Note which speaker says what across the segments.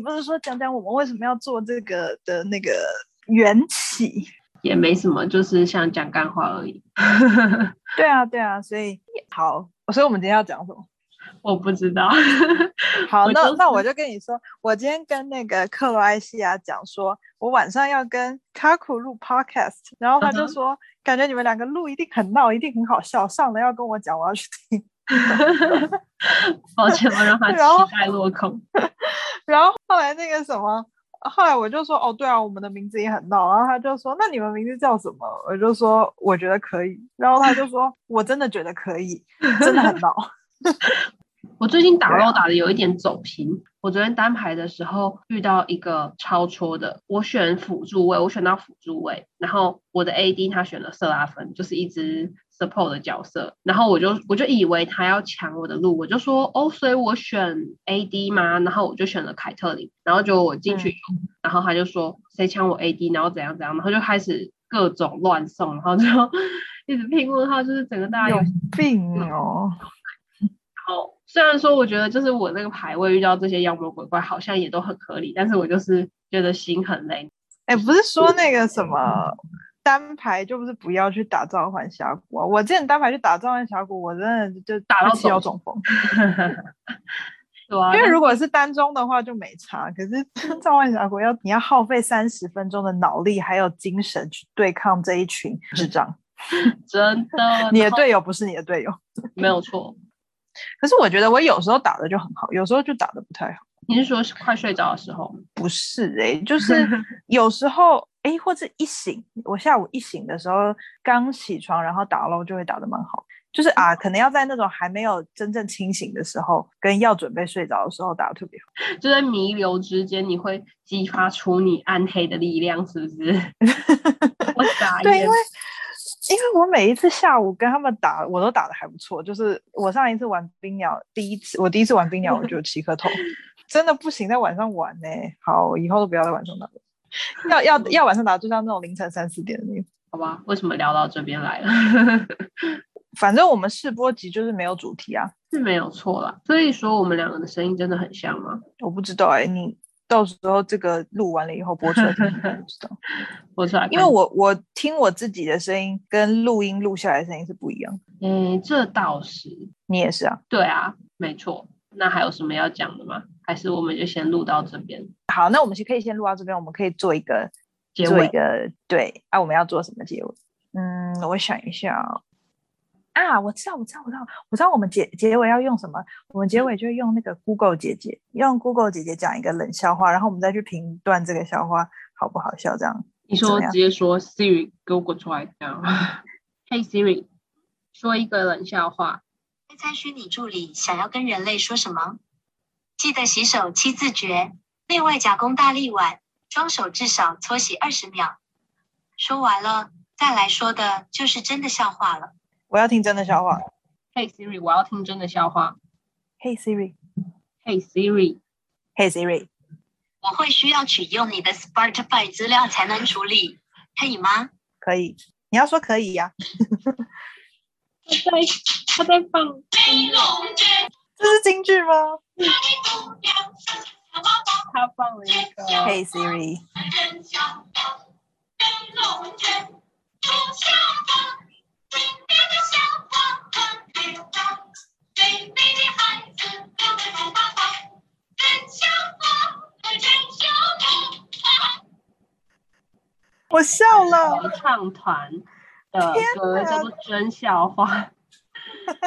Speaker 1: 不是说讲讲我们为什么要做这个的那个缘起？
Speaker 2: 也没什么，就是像讲干话 而已。
Speaker 1: 对啊，对啊，所以好，所以我们今天要讲什么？
Speaker 2: 我不知道。
Speaker 1: 好，
Speaker 2: 我
Speaker 1: 那
Speaker 2: 就是
Speaker 1: 那我就跟你说，我今天跟那个克罗埃西亚讲说，我晚上要跟卡库录 podcast，然后他就
Speaker 2: 嗯哼
Speaker 1: 说，感觉你们两个录一定很闹，一定很好笑，上来要跟我讲，我要去听。
Speaker 2: 抱歉，我让他
Speaker 1: 然后
Speaker 2: 期待落空。
Speaker 1: 然后后来那个什么，后来我就说，哦，对啊，我们的名字也很闹。然后他就说，那你们名字叫什么？我就说，我觉得可以。然后他就说，我真的觉得可以，真的很闹。
Speaker 2: 我最近打
Speaker 1: 对啊
Speaker 2: 肉打的有一点走平。我昨天单排的时候遇到一个超戳的，我选辅助位，我选到辅助位，然后我的 AD 他选了瑟拉芬，就是一只 support 的角色，然后我就我就以为他要抢我的路，我就说哦，所以我选 AD 吗？然后我就选了凯特琳，然后就我进
Speaker 1: 嗯
Speaker 2: 去用，然后他就说谁抢我 AD，然后怎样怎样，然后就开始各种乱送，然后就 一直拼问号，就是整个大家
Speaker 1: 有
Speaker 2: 游戏
Speaker 1: 病
Speaker 2: 嗯
Speaker 1: 哦！
Speaker 2: 哦，虽然说我觉得就是我那个排位遇到这些妖魔鬼怪好像也都很合理，但是我就是觉得心很累。
Speaker 1: 哎，不是说那个什么单排就不是不要去打召唤峡谷啊？我之前单排去打召唤峡谷，我真的就
Speaker 2: 打到
Speaker 1: 七腰
Speaker 2: 中
Speaker 1: 中风。
Speaker 2: 对啊，
Speaker 1: 因为
Speaker 2: 但
Speaker 1: 如果是单中的话就没差，可是 召唤峡谷要你要耗费三十分钟的脑力还有精神去对抗这一群智障，
Speaker 2: 真的，
Speaker 1: 你的
Speaker 2: 嗯然后
Speaker 1: 队友不是你的队友。
Speaker 2: 没有错。
Speaker 1: 可是我觉得我有时候打的就很好，有时候就打的不太好。
Speaker 2: 你是说是快睡着的时候吗？
Speaker 1: 不是诶、就是 有时候诶、或者一醒，我下午一醒的时候刚起床，然后打喽就会打的蛮好。就是啊，可能要在那种还没有真正清醒的时候，跟要准备睡着的时候打的特别好。
Speaker 2: 就在弥留之间，你会激发出你暗黑的力量，是不是？我傻
Speaker 1: 对，因
Speaker 2: 眼
Speaker 1: 为因为我每一次下午跟他们打，我都打的还不错。就是我上一次玩冰鸟，第一次我第一次玩冰鸟，我就有七 颗头，真的不行，在晚上玩呢、好，以后都不要在晚上打了。要要要晚上打，就像那种凌晨三四点的那种。
Speaker 2: 好吧，为什么聊到这边来了？
Speaker 1: 反正我们试播集就是没有主题啊，
Speaker 2: 是没有错啦。所以说，我们两个的声音真的很像吗？
Speaker 1: 我不知道哎、你到时候这个录完了以后播出来听听看就知 道，
Speaker 2: 我出来看
Speaker 1: 因为我我听我自己的声音跟录音录下来的声音是不一样的。
Speaker 2: 嗯，这倒是，
Speaker 1: 你也是啊。
Speaker 2: 对啊，没错。那还有什么要讲的吗？还是我们就先录到这边
Speaker 1: 好，那我们先可以先录到这边，我们可以做一个
Speaker 2: 结
Speaker 1: 做一
Speaker 2: 尾？
Speaker 1: 个对啊，我们要做什么结尾？嗯，我想一下哦啊，我知道，我知道，我知道，我知道我们结结尾要用什么？我们结尾就用那个 Google 姐姐，用 Google 姐姐讲一个冷笑话，然后我们再去评断这个笑话好不好笑，这样
Speaker 2: 你
Speaker 1: 怎
Speaker 2: 说
Speaker 1: 么
Speaker 2: 直
Speaker 1: 样
Speaker 2: 接说 Siri 给我滚出来这样。Hey Siri，说一个冷笑话。
Speaker 3: 猜猜虚拟助理想要跟人类说什么？记得洗手七自觉，内外夹攻大力碗，双手至少搓洗二十秒。说完了，再来说的就是真的笑话了。
Speaker 1: 我要听真的笑话。
Speaker 2: Hey Siri，我要听真的笑话。
Speaker 1: Hey Siri，Hey
Speaker 2: Hey Siri，
Speaker 1: Siri，
Speaker 3: 我会需要取用你的 Spotify 资料才能处理，可以吗？
Speaker 1: 可以，你要说可以呀、
Speaker 2: 他在他在放。
Speaker 1: 这是京剧吗
Speaker 2: 他放了一个
Speaker 1: ？Hey Siri，我笑了。
Speaker 2: 合唱团的歌，叫做《真笑话》。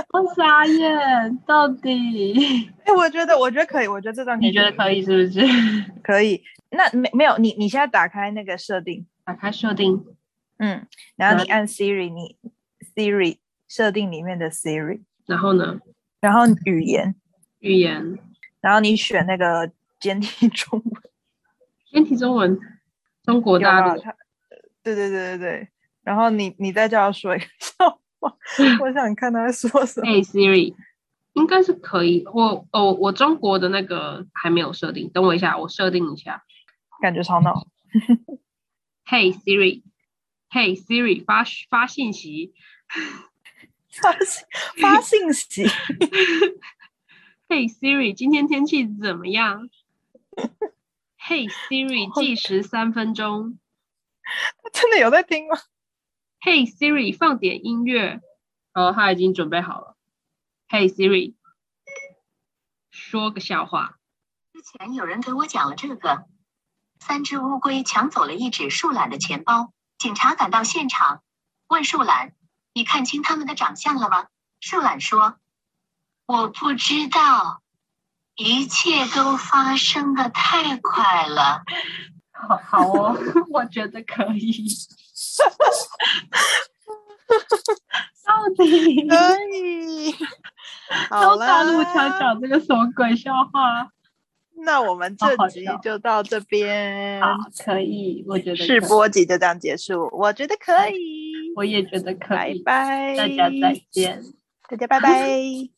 Speaker 2: 我傻眼，到底
Speaker 1: 哎、我觉得，我觉得可以，我觉得这段可以
Speaker 2: 你觉得可以是不是？
Speaker 1: 可以？那没没有你，你现在打开那个设定，
Speaker 2: 打开设定，
Speaker 1: 嗯，然后你
Speaker 2: 哪
Speaker 1: 按 Siri，你 Siri 设定里面的 Siri，
Speaker 2: 然后呢？
Speaker 1: 然后语言，
Speaker 2: 语言，
Speaker 1: 然后你选那个简体中文。
Speaker 2: 简体中文，中国
Speaker 1: 有
Speaker 2: 大
Speaker 1: 啊，
Speaker 2: 陆，
Speaker 1: 他，对对对对对。然后你你再叫他说一个笑 话，我想看他说什么。
Speaker 2: Hey Siri，应该是可以。我哦，我中国的那个还没有设定，等我一下，我设定一下。
Speaker 1: 感觉超闹。
Speaker 2: Hey Siri，Hey Siri，发发信息。
Speaker 1: 发信发信息，
Speaker 2: Hey Siri，今天天气怎么样？嘿 Siri 计时三分钟。
Speaker 1: 真的有在听吗？
Speaker 2: 嘿 Siri 放点音乐。然后他已经准备好了。嘿 Siri，说个笑话。
Speaker 3: 之前有人给我讲了这个：三只乌龟抢走了一只树懒的钱包，警察赶到现场，问树懒：“你看清他们的长相了吗？”树懒说：“我不知道，一切都发生的太快了。”
Speaker 2: 好好哦， 我觉得可以。到 底
Speaker 1: 可以。 好
Speaker 2: 到大陆
Speaker 1: 啦
Speaker 2: 腔讲这个什么鬼笑话？
Speaker 1: 那我们
Speaker 2: 好
Speaker 1: 这
Speaker 2: 好
Speaker 1: 集
Speaker 2: 笑
Speaker 1: 就到这边，
Speaker 2: 好，可以，我觉得
Speaker 1: 嗯试
Speaker 2: 可以，
Speaker 1: 播集就这样结束。我觉得可以，
Speaker 2: 我也觉得可
Speaker 1: 拜
Speaker 2: 以。
Speaker 1: 拜，
Speaker 2: 大家再见。
Speaker 1: 大家拜拜。